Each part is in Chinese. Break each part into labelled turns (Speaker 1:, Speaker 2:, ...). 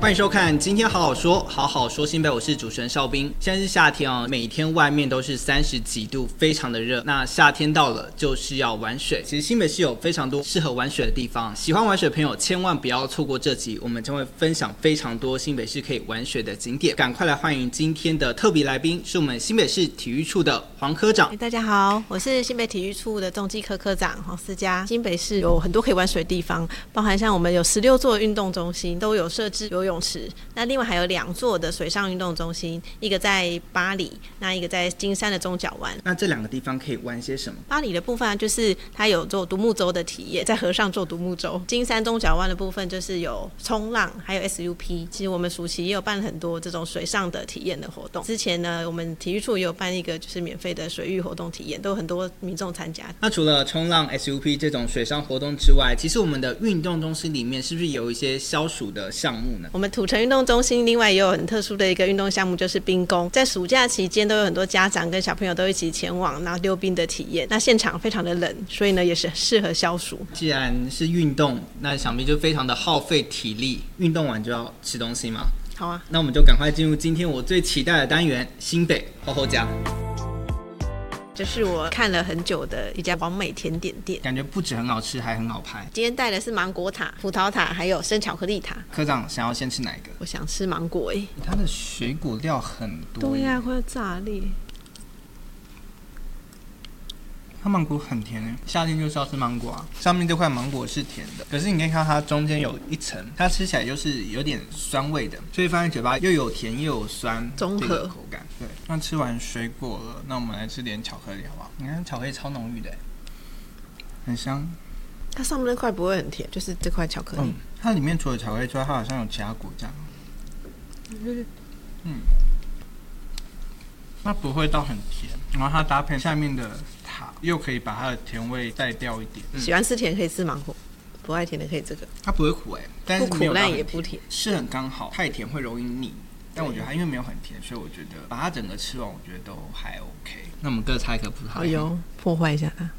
Speaker 1: 欢迎收看，今天好好说，好好说新北，我是主持人邵兵。现在是夏天哦，每天外面都是三十几度，非常的热。那夏天到了，就是要玩水。其实新北市有非常多适合玩水的地方，喜欢玩水的朋友千万不要错过这集，我们将会分享非常多新北市可以玩水的景点。赶快来欢迎今天的特别来宾，是我们新北市体育处的黄科长
Speaker 2: 哎。大家好，我是新北体育处的重技科科长黄思佳。新北市有很多可以玩水的地方，包含像我们有十六座运动中心，都有设置游泳池。那另外还有两座的水上运动中心，一个在巴黎，那一个在金山的中角湾。
Speaker 1: 那这两个地方可以玩些什么？
Speaker 2: 巴黎的部分啊就是它有做独木舟的体验，在河上做独木舟；金山中角湾的部分就是有冲浪，还有 SUP。其实我们暑期也有办很多这种水上的体验的活动。之前呢，我们体育处也有办一个就是免费的水域活动体验，都有很多民众参加。
Speaker 1: 那除了冲浪、SUP 这种水上活动之外，其实我们的运动中心里面是不是有一些消暑的项目呢？
Speaker 2: 我们土城运动中心另外也有很特殊的一个运动项目，就是冰宫。在暑假期间，都有很多家长跟小朋友都一起前往，然后溜冰的体验。那现场非常的冷，所以呢也是适合消暑。
Speaker 1: 既然是运动，那想必就非常的耗费体力。运动完就要吃东西嘛，
Speaker 2: 好啊，
Speaker 1: 那我们就赶快进入今天我最期待的单元——新北厚厚家。
Speaker 2: 这是我看了很久的一家完美甜点店。
Speaker 1: 感觉不止很好吃，还很好拍。
Speaker 2: 今天带的是芒果塔、葡萄塔，还有生巧克力塔。
Speaker 1: 科长想要先吃哪一个？
Speaker 2: 我想吃芒果欸诶、
Speaker 1: 它的水果料很多，
Speaker 2: 对呀、，快要炸裂！
Speaker 1: 它芒果很甜诶，夏天就是要吃芒果啊。上面这块芒果是甜的，可是你可以看到它中间有一层，它吃起来就是有点酸味的，所以放在嘴巴又有甜又有酸，
Speaker 2: 综合
Speaker 1: 这个口感。对，那吃完水果了，那我们来吃点巧克力好不好？你看巧克力超浓郁的，很香。
Speaker 2: 它上面那块不会很甜，就是这块巧克力
Speaker 1: 嗯，，它里面除了巧克力之外，它好像有其他果酱。嗯，它不会到很甜，然后它搭配下面的塔，又可以把它的甜味带掉一点。嗯
Speaker 2: 喜欢吃甜可以吃芒果，不爱甜的可以这个，
Speaker 1: 它不会苦哎、但是
Speaker 2: 不
Speaker 1: 没有哎
Speaker 2: 苦
Speaker 1: 到很
Speaker 2: 但也不甜。
Speaker 1: 是很刚好，太甜会容易腻。但我觉得它因为没有很甜，所以我觉得把它整个吃完，我觉得都还 OK。那我们各拆一颗葡萄。
Speaker 2: 好哟，破坏一下啊它。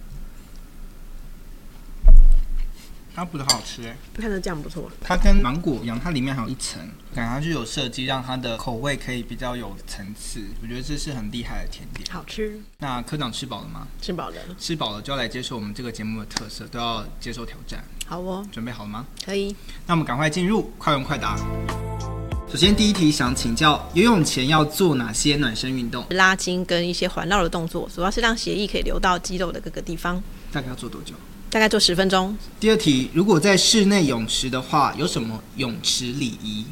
Speaker 1: 它葡萄好吃哎、
Speaker 2: 看着酱不错，
Speaker 1: 它跟芒果一样，它里面还有一层，感觉它是有设计让它的口味可以比较有层次。我觉得这是很厉害的甜点。
Speaker 2: 好吃，
Speaker 1: 那科长吃饱了吗？
Speaker 2: 吃饱了，
Speaker 1: 吃饱了就要来接受我们这个节目的特色，都要接受挑战。
Speaker 2: 好哦，
Speaker 1: 准备好了吗？
Speaker 2: 可以。
Speaker 1: 那我们赶快进入快问快答。首先第一题想请教，游泳前要做哪些暖身运动？
Speaker 2: 拉筋跟一些环绕的动作，主要是让血液可以流到肌肉的各个地方，
Speaker 1: 大概要做多久？
Speaker 2: 大概做十分钟。
Speaker 1: 第二题，如果在室内泳池的话，有什么泳池礼仪？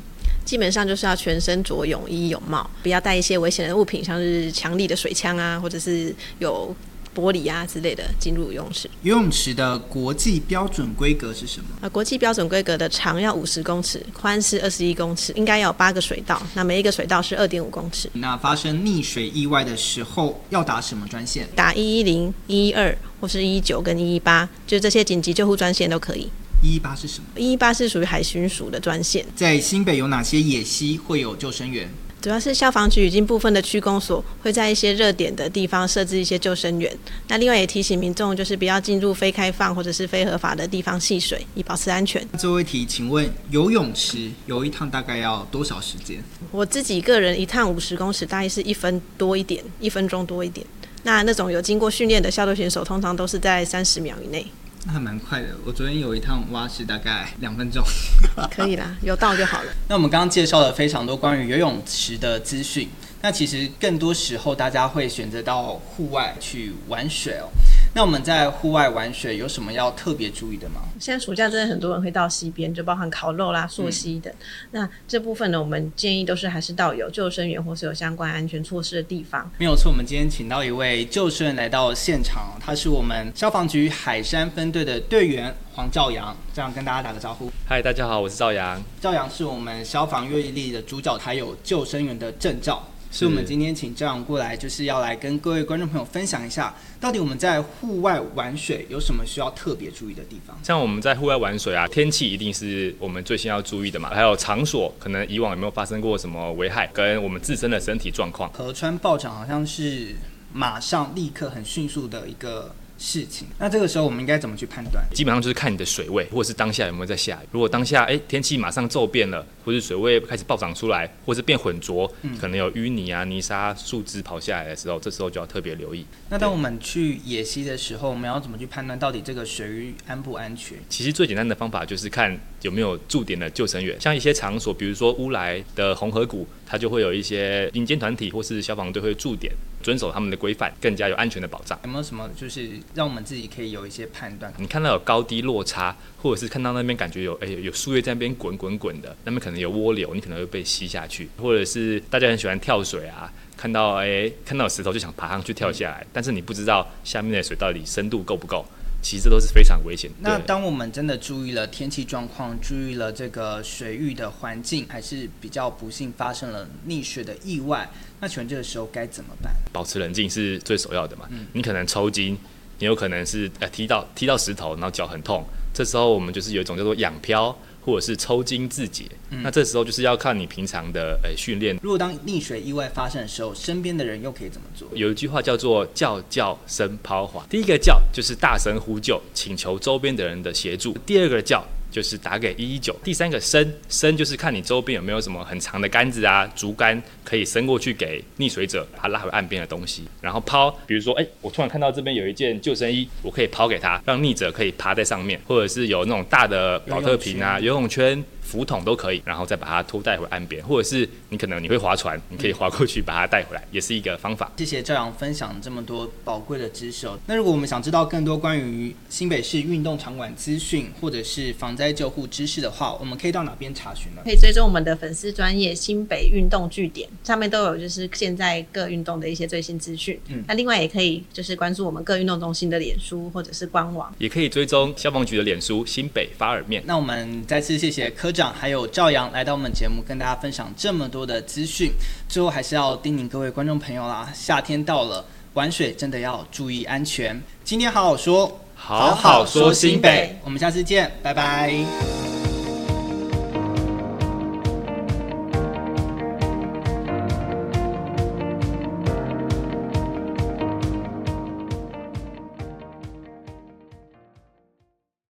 Speaker 2: 基本上就是要全身着泳衣泳帽，不要带一些危险的物品，像是强力的水枪啊，或者是有玻璃啊之类的进入泳池。
Speaker 1: 游泳池的国际标准规格是什么？
Speaker 2: 啊，国际标准规格的长要五十公尺，宽是二十一公尺，应该要有八个水道，那每一个水道是二点五公尺。
Speaker 1: 那发生溺水意外的时候要打什么专线？
Speaker 2: 打一一零、一一二或是一一九跟一一八，就这些紧急救护专线都可以。
Speaker 1: 一一八是什么？
Speaker 2: 一一八是属于海巡署的专线，
Speaker 1: 在新北有哪些野溪会有救生员？
Speaker 2: 主要是消防局已经部分的区公所会在一些热点的地方设置一些救生员。那另外也提醒民众，就是不要进入非开放或者是非合法的地方戏水，以保持安全。
Speaker 1: 最后一题，请问游泳池游一趟大概要多少时间？
Speaker 2: 我自己个人一趟五十公尺，大概是一分多一点，一分钟多一点。那那种有经过训练的校队选手，通常都是在三十秒以内，
Speaker 1: 那还蛮快的。我昨天有一趟蛙式，大概两分钟。
Speaker 2: 可以啦，有到就好了。
Speaker 1: 那我们刚刚介绍了非常多关于游泳池的资讯。那其实更多时候大家会选择到户外去玩水哦。那我们在户外玩水有什么要特别注意的吗？
Speaker 2: 现在暑假真的很多人会到溪边，就包含烤肉啦、溯溪等。那这部分呢，我们建议都是还是到有救生员或是有相关安全措施的地方。
Speaker 1: 没有错，我们今天请到一位救生员来到现场，他是我们消防局海山分队的队员黄兆阳，这样跟大家打个招呼。
Speaker 3: 嗨，大家好，我是赵阳。
Speaker 1: 赵阳是我们消防阅历的主角，还有救生员的证照。所以，我们今天请赵阳过来，就是要来跟各位观众朋友分享一下，到底我们在户外玩水有什么需要特别注意的地方。
Speaker 3: 像我们在户外玩水啊，天气一定是我们最先要注意的嘛，还有场所可能以往有没有发生过什么危害，跟我们自身的身体状况。
Speaker 1: 河川暴涨好像是马上立刻很迅速的一个事情。那这个时候我们应该怎么去判断？
Speaker 3: 基本上就是看你的水位，或者是当下有没有在下雨。如果当下哎天气马上骤变了，或是水位开始暴涨出来，或是变浑浊，可能有淤泥啊、泥沙、树枝跑下来的时候，这时候就要特别留意。
Speaker 1: 那当我们去野溪的时候，我们要怎么去判断到底这个水域安不安全？
Speaker 3: 其实最简单的方法就是看有没有驻点的救生员，像一些场所，比如说乌来的红河谷，它就会有一些民间团体或是消防队会驻点，遵守他们的规范，更加有安全的保障。
Speaker 1: 有没有什么就是让我们自己可以有一些判断？
Speaker 3: 你看到有高低落差，或者是看到那边感觉有哎、有树叶在那边滚滚滚的，那边可能有涡流，你可能会被吸下去，或者是大家很喜欢跳水啊，看到哎、看到有石头就想爬上去跳下来，但是你不知道下面的水到底深度够不够，其实这都是非常危险的。
Speaker 1: 那
Speaker 3: 对
Speaker 1: 当我们真的注意了天气状况，注意了这个水域的环境，还是比较不幸发生了溺水的意外，那请问这个时候该怎么办？
Speaker 3: 保持冷静是最首要的嘛。你可能抽筋，也有可能是呃踢到踢到石头，然后脚很痛。这时候我们就是有一种叫做仰漂，或者是抽筋自解。那这时候就是要看你平常的呃训练。
Speaker 1: 如果当溺水意外发生的时候，身边的人又可以怎么做？
Speaker 3: 有一句话叫做“叫叫声抛滑”，第一个叫就是大声呼救，请求周边的人的协助；第二个叫就是打给一一九；第三个伸伸就是看你周边有没有什么很长的杆子啊、竹竿可以伸过去给溺水者，把他拉回岸边的东西。然后抛，比如说，哎、我突然看到这边有一件救生衣，我可以抛给他，让溺者可以爬在上面，或者是有那种大的保特瓶啊、游泳圈。浮桶都可以，然后再把它拖带回岸边，或者是你可能你会划船，你可以划过去把它带回来，也是一个方法。
Speaker 1: 谢谢赵阳分享这么多宝贵的知识哦。那如果我们想知道更多关于新北市运动场馆资讯或者是防灾救护知识的话，我们可以到哪边查询呢？
Speaker 2: 可以追踪我们的粉丝专业新北运动据点，上面都有就是现在各运动的一些最新资讯。
Speaker 1: 嗯
Speaker 2: 那另外也可以就是关注我们各运动中心的脸书或者是官网。
Speaker 3: 也可以追踪消防局的脸书新北发耳面。
Speaker 1: 那我们再次谢谢科长还有赵阳来到我们节目，跟大家分享这么多的资讯。最后还是要叮咛各位观众朋友啦，夏天到了，玩水真的要注意安全。今天好好说，
Speaker 3: 好好说新
Speaker 2: 北
Speaker 1: 我们下次见，拜拜